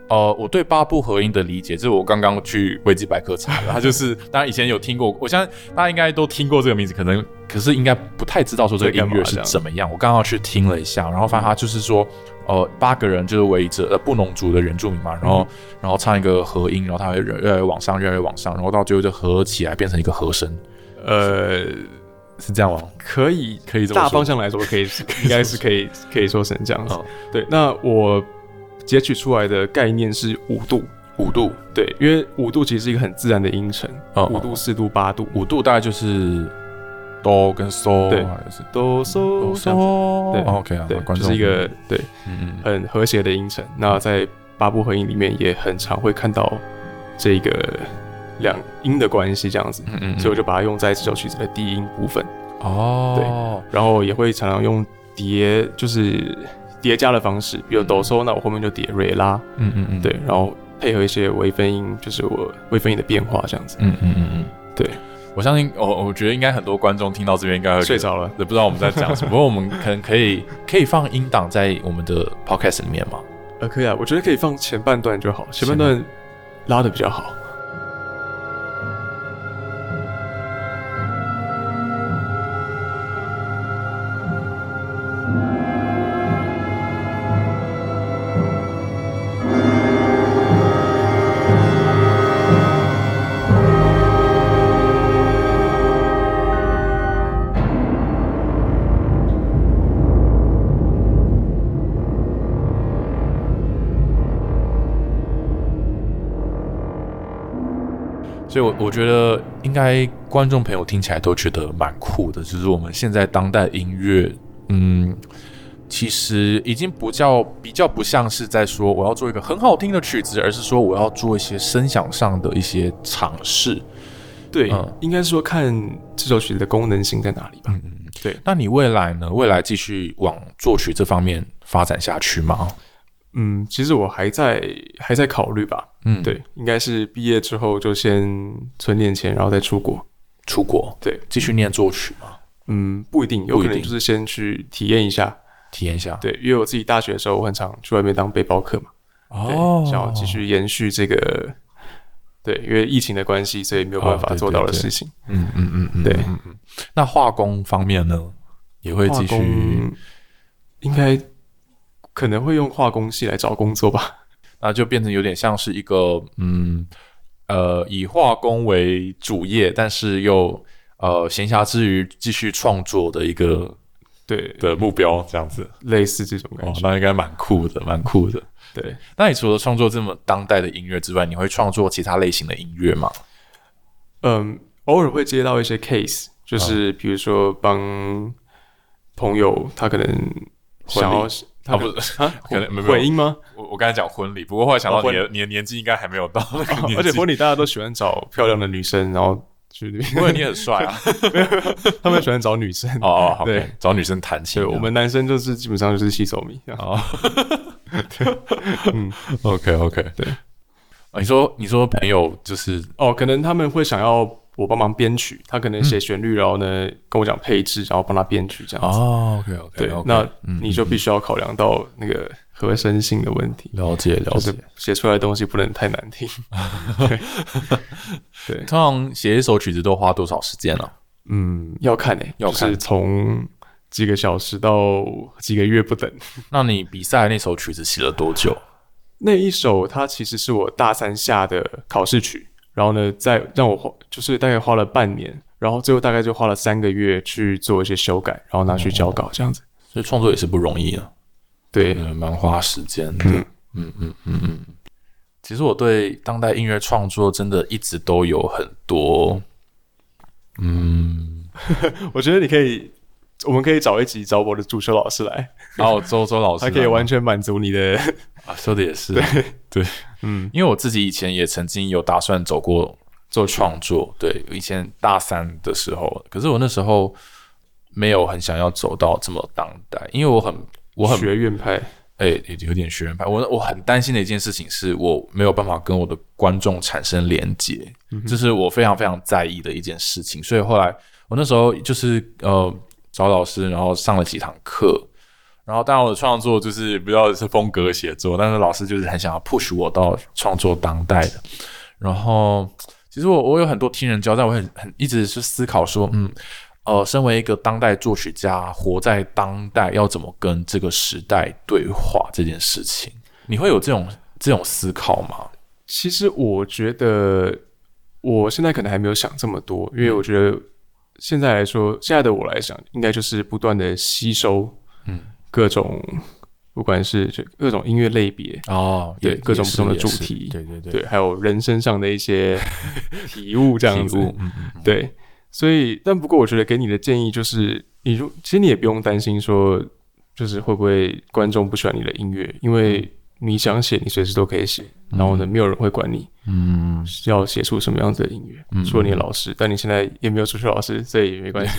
S1: 呃，我对八部合音的理解，这是我刚刚去维基百科查 的，它就是当然以前有听过，我相信大家应该都听过这个名字，可能可是应该不太知道说这个音乐是怎么样。我刚刚去听了一下，然后发现它就是说。呃，八个人就是围着呃布农族的原住民嘛，然后、然后唱一个合音，然后它会越越来越往上，越来越往上，然后到最后就合起来变成一个和声，
S2: 呃，
S1: 是这样吗？
S2: 可以
S1: 可以这么
S2: 大
S1: 说
S2: 方向来说，可以应该是可以可以说成这样子
S1: 嗯。
S2: 对，那我截取出来的概念是五度。哦
S1: 五度，
S2: 对，因为五度其实是一个很自然的音程，
S1: 嗯
S2: 五度、四度、八度，
S1: 五度大概就是哆跟嗦，
S2: 对
S1: 还是
S2: 哆嗦
S1: 哆
S2: 这样子
S1: 嗦，
S2: 对
S1: 哦，OK 啊，
S2: 对，
S1: 观
S2: 就
S1: 众
S2: 是一个对
S1: 嗯嗯
S2: 很和谐的音程。那在八部合音里面也很常会看到这个两音的关系这样子，
S1: 嗯嗯，
S2: 所以
S1: 就
S2: 我就把它用在这首曲子的低音部分，
S1: 哦，
S2: 然后也会常常用叠就是叠加的方式，比如哆嗦，那我后面就叠瑞拉，
S1: 对，嗯嗯嗯，
S2: 对，，然后配合一些微分音，就是我微分音的变化这样子，
S1: 嗯嗯嗯嗯，
S2: 对，
S1: 我相信，我我觉得应该很多观众听到这边应该会
S2: 睡
S1: 觉得
S2: 着了。
S1: 也不知道我们在讲什么，不过我们可能可以可以放音档在我们的 podcast 里面嘛。
S2: 呃，可以啊，我觉得可以放前半段就好，前半段拉的比较好。
S1: 所以我，我觉得应该观众朋友听起来都觉得蛮酷的，就是我们现在当代音乐，嗯，其实已经不叫比较不像是在说我要做一个很好听的曲子，而是说我要做一些声响上的一些尝试。
S2: 对，
S1: 嗯
S2: 应该是说看这首曲子的功能性在哪里吧。
S1: 那你未来呢？未来继续往作曲这方面发展下去吗？
S2: 嗯，其实我还在还在考虑吧。
S1: 嗯，
S2: 对，，应该是毕业之后就先存点钱，然后再出国。
S1: 出国
S2: 对，
S1: 继续念作曲嘛，
S2: 嗯，不一定，有
S1: 不一
S2: 可能
S1: 定
S2: 就是先去体验一下。
S1: 体验一下。
S2: 对，因为我自己大学的时候，我很常去外面当背包客嘛。对，
S1: 哦
S2: 想要继续延续这个。对，因为疫情的关系，所以没有办
S1: 哦
S2: 法
S1: 对
S2: 做
S1: 对
S2: 到的
S1: 对
S2: 事情。
S1: 嗯嗯嗯嗯，
S2: 对
S1: 嗯嗯。那化工方面呢？也会
S2: 化
S1: 继
S2: 工
S1: 续，
S2: 嗯应该可能会用化工系来找工作吧。
S1: 那就变成有点像是一个嗯呃以化工为主业，但是又呃闲暇之余继续创作的一个
S2: 对，
S1: 的目标，这样子。
S2: 类似这种感
S1: 哦，
S2: 觉。
S1: 那应该蛮酷的，蛮酷的。
S2: 对，
S1: 那你除了创作这么当代的音乐之外，你会创作其他类型的音乐吗？
S2: 嗯，偶尔会接到一些 case，就是
S1: 啊
S2: 比如说帮朋友，他可能想要他
S1: 啊不是
S2: 啊，
S1: 可能没有
S2: 混音吗？
S1: 我我刚才讲婚礼，不过后来想到
S2: 哦婚哦
S1: 你的、你的年纪应该还没有到那个年纪，
S2: 而且婚礼大家都喜欢找漂亮的女生，然后去那
S1: 因
S2: 边
S1: 为你很帅啊。
S2: 他们喜欢找女生。
S1: 哦哦，好
S2: 对
S1: OK，找女生弹琴
S2: 对，
S1: 啊。
S2: 我们男生就是基本上就是细手迷，这样
S1: 哦，嗯，OK OK，对。啊你说你说朋友就是
S2: 哦，可能他们会想要我帮忙编曲，他可能写旋律，然后呢跟我讲配置，然后帮他编曲这样子。
S1: 嗯哦，OK OK，嗯
S2: 对，那你就必须要考量到那个合身性的问题，
S1: 了解了
S2: 就是
S1: 解。
S2: 写出来的东西不能太难听。对，对
S1: 通常写一首曲子都花多少时间啊？
S2: 嗯， 要看诶、
S1: 要
S2: 就
S1: 看
S2: 是从几个小时到几个月不等。
S1: 那你比赛那首曲子写了多久？
S2: 那一首它其实是我大三下的考试曲，然后呢，再让我花就是大概花了半年，然后最后大概就花了三个月去做一些修改，然后拿去交稿这样子。
S1: 所以创作也是不容易啊，
S2: 对，
S1: 嗯，蛮花时间的。嗯嗯嗯嗯。嗯其实我对当代音乐创作真的一直都有很多，嗯，
S2: 我觉得你可以，我们可以找一集找我的主修老师来，
S1: 然后周周老师啊
S2: 他可以
S1: 呢
S2: 完全满足你的。
S1: 啊，说的也是， 对嗯，因为我自己以前也曾经有打算走过做创作，对，以前大三的时候，可是我那时候没有很想要走到这么当代，因为我很我很
S2: 学院派，
S1: 哎、有点学院派，我我很担心的一件事情是我没有办法跟我的观众产生连接，这是我非常非常在意的一件事情，所以后来我那时候就是呃找老师，然后上了几堂课，然后当然我的创作就是比较是风格写作，但是老师就是很想要 push 我到创作当代的。然后其实我我有很多听人交代，我很很一直是思考说，嗯，呃，身为一个当代作曲家，活在当代要怎么跟这个时代对话这件事情，你会有这种这种思考吗？
S2: 其实我觉得我现在可能还没有想这么多，因为
S1: 嗯
S2: 我觉得现在来说，现在的我来讲，应该就是不断的吸收，
S1: 嗯，
S2: 各种不管是这各种音乐类别，
S1: 哦，
S2: 对
S1: 也
S2: 各种
S1: 也是
S2: 不同的
S1: 也
S2: 主
S1: 是
S2: 题
S1: 对对对
S2: 对，还有人身上的 一些体悟这样
S1: 体
S2: 子，
S1: 悟嗯嗯
S2: 对。所以，但不过我觉得给你的建议就是，你如其实你也不用担心说，就是会不会观众不喜欢你的音乐，因
S1: 嗯
S2: 为你想写，你随时都可以写，然后呢，没有人会管你。
S1: 嗯，
S2: 要写出什么样子的音乐，除了你的老师，但你现在也没有出去老师，所以没关 系。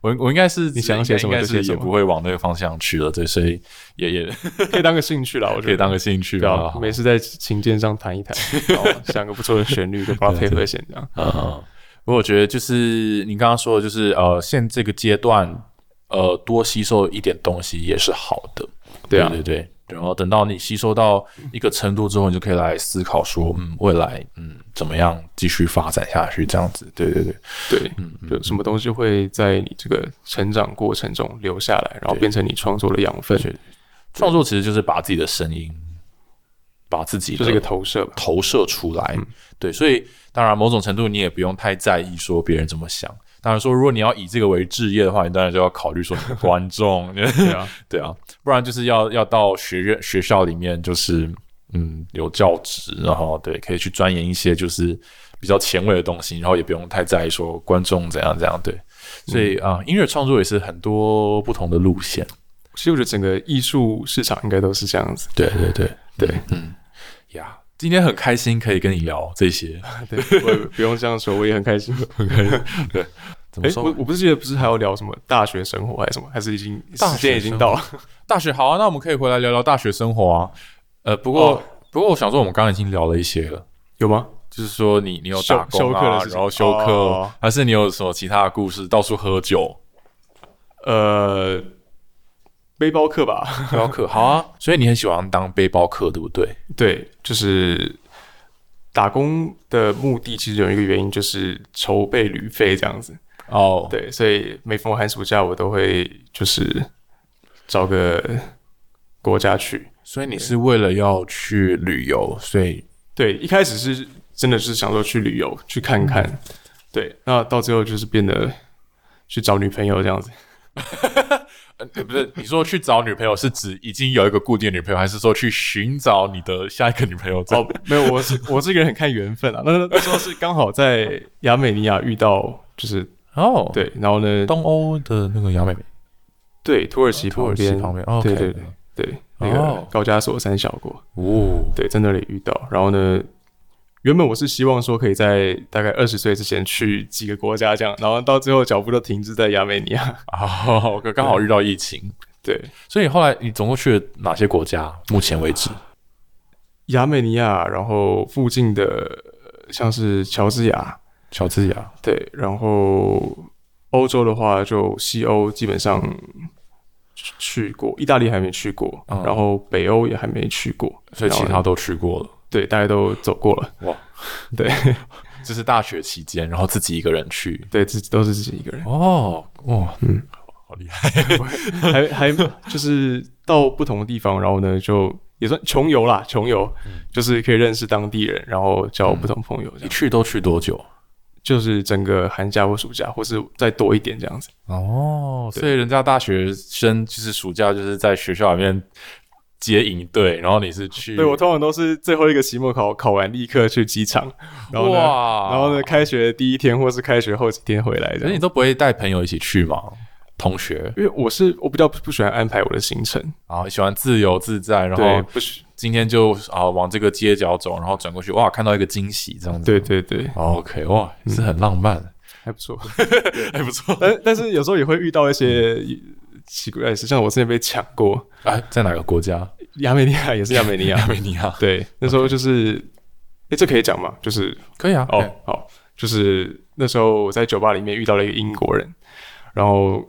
S1: 我我应该是
S2: 你想写什么
S1: 应该
S2: 就写
S1: 是
S2: 什
S1: 也
S2: 么
S1: 不会往那个方向去了，对，所以也也
S2: 可以当个兴趣啦，我觉
S1: 可以
S2: 得
S1: 当个兴趣
S2: 对
S1: 吧
S2: 啊，。每次在琴键上弹一 弹，然后想个不错的旋律，就把它配合起来这样。
S1: 呃，不过我觉得就是你刚刚说的，就是呃，现这个阶段，呃，多吸收一点东西也是好的。
S2: 对啊
S1: 对对。然后等到你吸收到一个程度之后，你就可以来思考说，嗯，未来嗯怎么样继续发展下去，这样子。对对对，
S2: 对，嗯就什么东西会在你这个成长过程中留下来，然后变成你创作的养分，
S1: 对创作其实就是把自己的声音，把自己的
S2: 就是一个投射吧。
S1: 投射出来。对，所以当然某种程度你也不用太在意说别人怎么想。当然说，如果你要以这个为置业的话，你当然就要考虑说你的观 众，对
S2: 啊，
S1: 对啊，不然就是要要到学院学校里面，就是嗯有教职，然后对可以去钻研一些就是比较前卫的东西，然后也不用太在意说观众怎样怎样，对。所以啊、音乐创作也是很多不同的路线。
S2: 其实我觉得整个艺术市场应该都是这样子。
S1: 对对对
S2: 对，
S1: 呀今天很开心可以跟你聊这些，
S2: 对，我也不用这样说，我也很开心。
S1: 怎么
S2: 哎，
S1: 说？
S2: 我我不是记得不是还要聊什么大学生活还是什么，还是已经
S1: 大学
S2: 时间已经到了。
S1: 大学好啊，那我们可以回来聊聊大学生活啊。呃，不过、
S2: 哦
S1: 不过我想说，我们刚刚已经聊了一些了，
S2: 有吗？
S1: 就是说你你有打
S2: 休
S1: 工
S2: 休课的
S1: 啊，
S2: 事情
S1: 然后休课，
S2: 哦
S1: 还是你有什么其他的故事？到处喝 酒，
S2: 呃，背包客吧，
S1: 背包客好啊，所以你很喜欢当背包客，对不对？
S2: 对，就是打工的目的其实有一个原因就是筹备旅费这样子，
S1: 哦，
S2: 对，所以每逢寒暑假我都会就是找个国家去。
S1: 所以你是为了要去旅游，所以
S2: 对，一开始是真的是想说去旅游去看看，对，那到最后就是变得去找女朋友这样子。
S1: 呃不是你说去找女朋友是指已经有一个固定女朋友，还是说去寻找你的下一个女朋友？
S2: 哦， 没有，我是我这个人很看缘分啊。那那那时候是刚好在亚美尼亚遇到，就是
S1: 哦，，
S2: 对，然后呢，
S1: 东欧的那个杨美美，
S2: 对土耳其
S1: 土耳
S2: 旁
S1: 其
S2: 边，
S1: 旁边哦
S2: 对
S1: OK
S2: 对对对，那个
S1: 哦
S2: 高加索三小国，
S1: 哦，
S2: 对，在那里遇到。然后呢，原本我是希望说可以在大概二十岁之前去几个国家这样，然后到最后脚步都停滞在亚美尼亚。
S1: 哦，刚 好遇到疫情，
S2: 对，
S1: 所以后来你总共去了哪些国家？目前为止，
S2: 亚美尼亚，然后附近的呃像是乔治亚，
S1: 乔治亚，
S2: 对，然后欧洲的话就西欧基本上去去过，意大利还没去过，
S1: 嗯
S2: 然后北欧也还没去过，
S1: 所以其
S2: 然
S1: 他
S2: 后
S1: 都去过了。
S2: 对大家都走过了。
S1: 哇，
S2: 对
S1: 这是大学期间，然后自己一个人去。
S2: 对，自己都是自己一个人。
S1: 哦，哇，嗯，好厉害。
S2: 还还就是到不同的地方，然后呢，就也算穷游啦，穷游、就是可以认识当地人，然后交不同朋友，这
S1: 你
S2: 样、
S1: 去都去多久？
S2: 就是整个寒假或暑假，或是再多一点这样子。
S1: 哦，所以人家大学生就是暑假就是在学校里面接营队，然后你是去
S2: 对我通常都是最后一个期末考考完，立刻去机场，然后呢，
S1: 哇
S2: 然后呢，开学第一天或是开学后几天回来
S1: 可
S2: 的
S1: 是你。都不会带朋友一起去吗？同学
S2: 哎因为我是我比较不喜欢安排我的行程，
S1: 啊，喜欢自由自在，然
S2: 对，
S1: 后
S2: 不喜，
S1: 今天就啊往这个街角走，然后转过去，哇，看到一个惊喜这样子。哦
S2: 对对对，
S1: ，OK，哇，是很浪漫，
S2: 还不错。
S1: 还不错。
S2: 但但是有时候也会遇到一些奇怪的事，像我之前被抢过，
S1: 哎，在哪个国家？
S2: 亚美尼亚也是 亚美尼
S1: 亚
S2: 亚，
S1: 美尼亚。
S2: 对，那时候就是，诶，这可以讲吗？就是
S1: 可以啊。
S2: 哦
S1: 哎，
S2: 好，就是那时候我在酒吧里面遇到了一个英国人，然后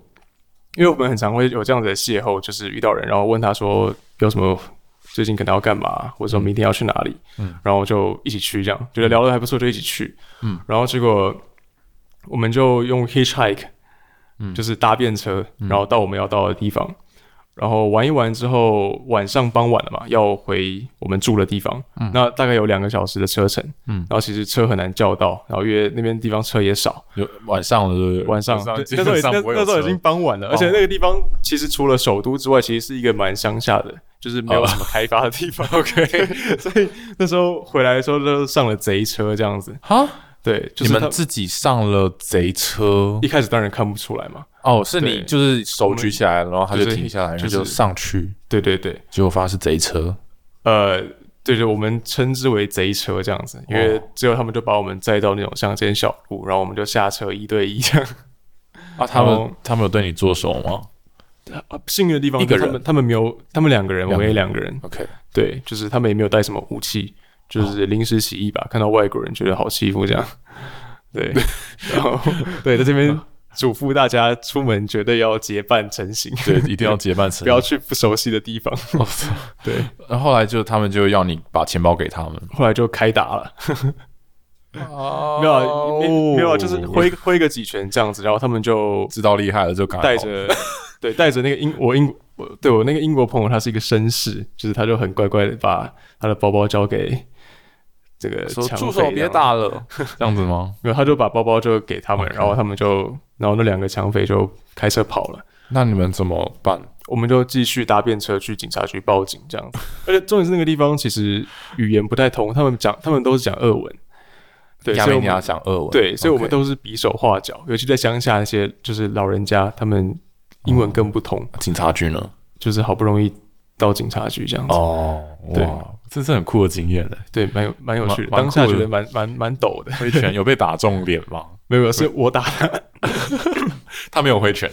S2: 因为我们很常会有这样子的邂逅，就是遇到人，然后问他说有什么最近可能要干嘛，或者说明天要去哪里，
S1: 嗯，
S2: 然后就一起去，这样觉得聊得还不错，就一起去，
S1: 嗯，
S2: 然后结果我们就用 hitchhike，
S1: 嗯
S2: 就是搭便车，然后到我们要到的地方。然后玩一玩之后，晚上傍晚了嘛，要回我们住的地方。嗯、那大概有两个小时的车程。
S1: 嗯
S2: 然后其实车很难叫到，然后因为那边地方车也少。
S1: 有晚上了，对不对？
S2: 晚上对
S1: 基
S2: 那时候
S1: 本
S2: 已那
S1: 上不会有
S2: 那时候已经
S1: 车哦
S2: 傍晚了，而且那个地方其实除了首都之外，其实是一个蛮乡下的，就是
S1: 哦
S2: 没有什么开发的 地方。OK，所 以那时候回来的时候都上了贼车这样子。
S1: 哈，
S2: 对，就
S1: 你
S2: 是他
S1: 们自己上了贼车
S2: 一开始当然看不出来嘛。
S1: 哦，是你
S2: 对
S1: 就是手举起来，然后他就
S2: 就是
S1: 停下来，然后
S2: 就是
S1: 就上去，
S2: 对对对，
S1: 结果发现是贼车，
S2: 呃，对对，我们称之为贼车这样子，因为
S1: 哦
S2: 最后他们就把我们载到那种乡间小路，然后我们就下车一对一这样。
S1: 啊，他们
S2: 哦
S1: 他们有对你做手吗
S2: 啊幸运的地方
S1: 一个
S2: 是他
S1: 人
S2: 们他们没有，他们两个人，我
S1: 两个
S2: 们
S1: 人
S2: 也两个人，哦
S1: ？OK，
S2: 对，就是他们也没有带什么武器，就是临时起意吧，看到外国人觉得好欺负这样。 对，然后对，在这边嘱咐大家出门绝对要结伴成行，
S1: 对，一定要结伴成
S2: 不要去不熟悉的地方。
S1: 行。
S2: 对，
S1: 然后后来就他们就要你把钱包给他们，
S2: 后来就开打了，
S1: 哦
S2: 没有啊，没没有啊，就是挥挥个几拳这样子，然后他们就
S1: 知道厉害了就赶快
S2: 带
S1: 跑
S2: 着，对，带着那个英我英我对我那个英国朋友，他是一个绅士，就是他就很乖乖的把他的包包交给这个
S1: 说
S2: 抢
S1: 住
S2: 匪
S1: 手
S2: 这
S1: 别
S2: 样
S1: 打了， 这样子吗？
S2: 没有，他就把包包就给他们
S1: OK
S2: 然后他们就，然后那两个抢匪就开车跑了。
S1: 那你们怎么办？
S2: 我们就继续搭便车去警察局报警，这样。 而且重点是那个地方其实语言不太通，他们讲他们都是讲俄文，对，
S1: 亚
S2: 所以
S1: 美
S2: 我
S1: 尼亚
S2: 们
S1: 讲俄文，
S2: 对，所以我们
S1: OK
S2: 都是比手画脚，尤其在乡下那些就是老人家，他们英文更不通，
S1: 警察局呢？
S2: 就是好不容易到警察局这样子。
S1: 哦，
S2: 对
S1: 哇，这是很酷的经验嘞。
S2: 对，蛮有蛮有趣的，
S1: 蛮蛮
S2: 当下
S1: 酷的
S2: 觉得蛮蛮蛮抖的。
S1: 挥拳有被打中脸吗？
S2: 没有，没有是我打他，
S1: 他没有挥拳，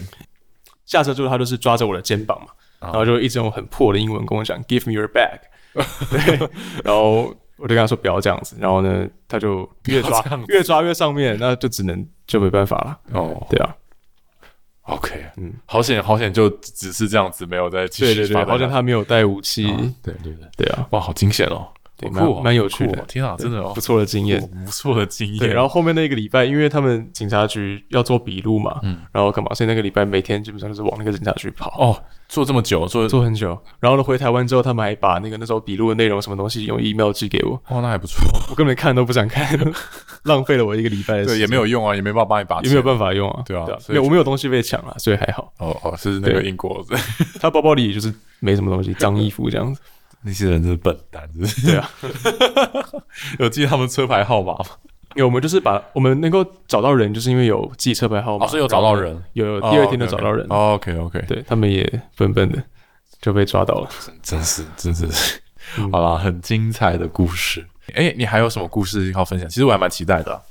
S2: 下车之后他就是抓着我的肩膀嘛，
S1: 啊
S2: 然后就一直用很破的英文跟我讲 “Give me your bag”，对，然后我就跟他说不要这样子，然后呢，他就越抓
S1: 不要这样子
S2: 越抓越上面，那就只能就没办法了，
S1: 哦
S2: 对啊，
S1: ，OK，嗯
S2: 嗯，
S1: 好险，好险，就只是这样子，没有再继
S2: 对
S1: 续
S2: 对
S1: 发
S2: 对，
S1: 展哦
S2: 好像
S1: 下
S2: 他没有带武器，
S1: 去，对对对，
S2: 对啊，
S1: 哇，好惊险哦！
S2: 对，
S1: 好酷哦
S2: 蛮蛮有趣
S1: 酷
S2: 的
S1: 哦，天啊，真的哦
S2: 不错的经验。
S1: 不错的经验。
S2: 对，然后后面那个礼拜，因为他们警察局要做笔录嘛，
S1: 嗯
S2: 然后干嘛，所以那个礼拜每天基本上就是往那个警察局跑，
S1: 哦，做这么久，做
S2: 做很久。然后呢，回台湾之后，他们还把那个那时候笔录的内容什么东西用 email 寄给我，
S1: 哦，那还不错。
S2: 我根本看都不想看，浪费了我一个礼拜的时间。
S1: 对，也没有用啊，也没办法帮你把
S2: 也没有
S1: 钱
S2: 办法用啊，
S1: 对啊所以
S2: 没有我没有东西被抢了，所以还好。
S1: 哦哦，是那个
S2: 对
S1: 英国的
S2: 他包包里也就是没什么东西，脏衣服这样子。
S1: 那些人真是笨蛋，真是。
S2: 对啊，
S1: 有记他们车牌号码吗？
S2: 因为我们就是把我们能够找到人，就是因为有记车牌号码，
S1: 哦，所以有找到人，
S2: 有，有第二天就找到人，
S1: OK OK，
S2: 对他们也笨笨的就被抓到了。
S1: 真是真 是，
S2: 嗯
S1: 好啦，很精彩的故事。哎，你还有什么故事要分享？其实我还蛮期待的啊。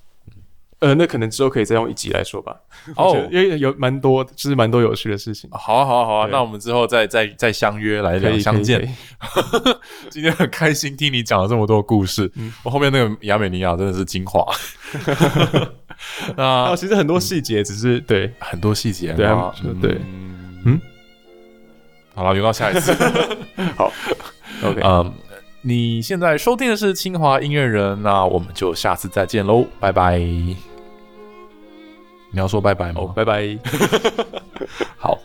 S2: 呃，那可能之后可以再用一集来说吧。
S1: 哦
S2: 我觉得因为有蛮多，就是蛮多有趣的事情，
S1: 好啊，好啊，好啊，
S2: 对
S1: 那我们之后再再再相约来
S2: 可
S1: 聊
S2: 以
S1: 相。见
S2: 可以。可以
S1: 今天很开心听你讲了这么多故事，
S2: 嗯
S1: 我后面那个亚美尼亚真的是精 华。 那
S2: 啊，其实很多细节只是对，
S1: 很多细节，
S2: 对啊
S1: 哇
S2: 是对
S1: 嗯，
S2: 嗯
S1: 好了，留到下一次。
S2: 好，OK，
S1: 嗯，你现在收听的是清华音乐人，那我们就下次再见喽，拜拜。你要说拜拜吗？
S2: 哦哦，拜拜。
S1: 好。